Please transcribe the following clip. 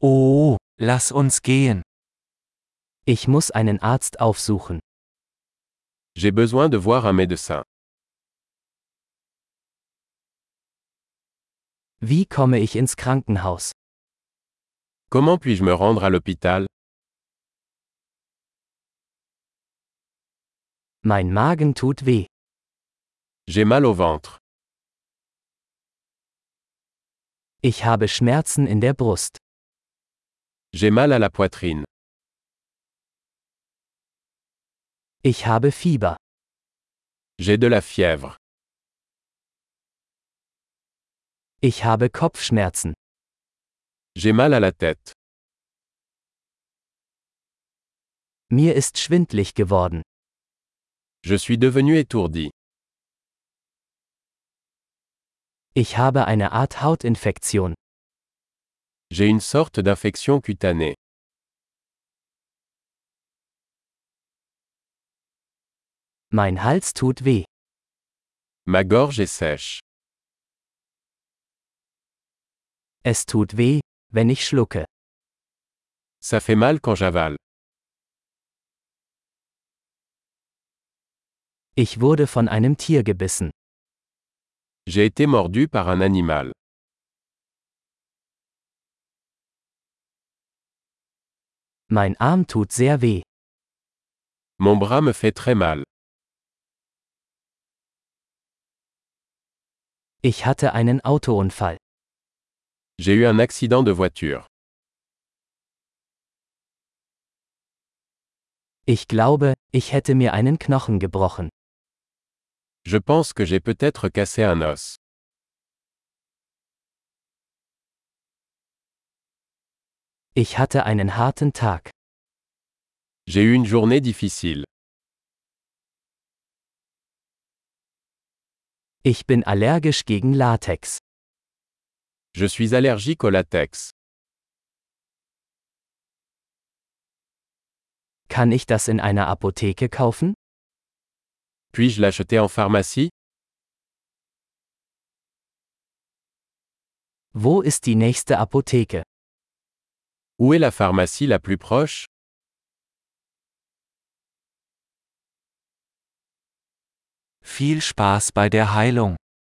Oh, Lass uns gehen. Ich muss einen Arzt aufsuchen. J'ai besoin de voir un médecin. Wie komme ich ins Krankenhaus? Comment puis-je me rendre à l'hôpital Mein Magen tut weh. J'ai mal au ventre. Ich habe Schmerzen in der Brust. J'ai mal à la poitrine. Ich habe Fieber. J'ai de la fièvre. Ich habe Kopfschmerzen. J'ai mal à la tête. Mir ist schwindlig geworden. Je suis devenu étourdi. Ich habe eine Art Hautinfektion. J'ai une sorte d'infection cutanée. Mein Hals tut weh. Ma gorge est sèche. Es tut weh, wenn ich schlucke. Ça fait mal quand j'avale. Ich wurde von einem Tier gebissen. J'ai été mordu par un animal. Mein Arm tut sehr weh. Mon bras me fait très mal. Ich hatte einen Autounfall. J'ai eu un accident de voiture. Ich glaube, ich hätte mir einen Knochen gebrochen. Je pense que j'ai peut-être cassé un os. Ich hatte einen harten Tag. J'ai eu une journée difficile. Ich bin allergisch gegen Latex. Je suis allergique au latex. Kann ich das in einer Apotheke kaufen? Puis-je l'acheter en pharmacie Wo ist die nächste Apotheke? Où est la pharmacie la plus proche Viel Spaß bei der Heilung.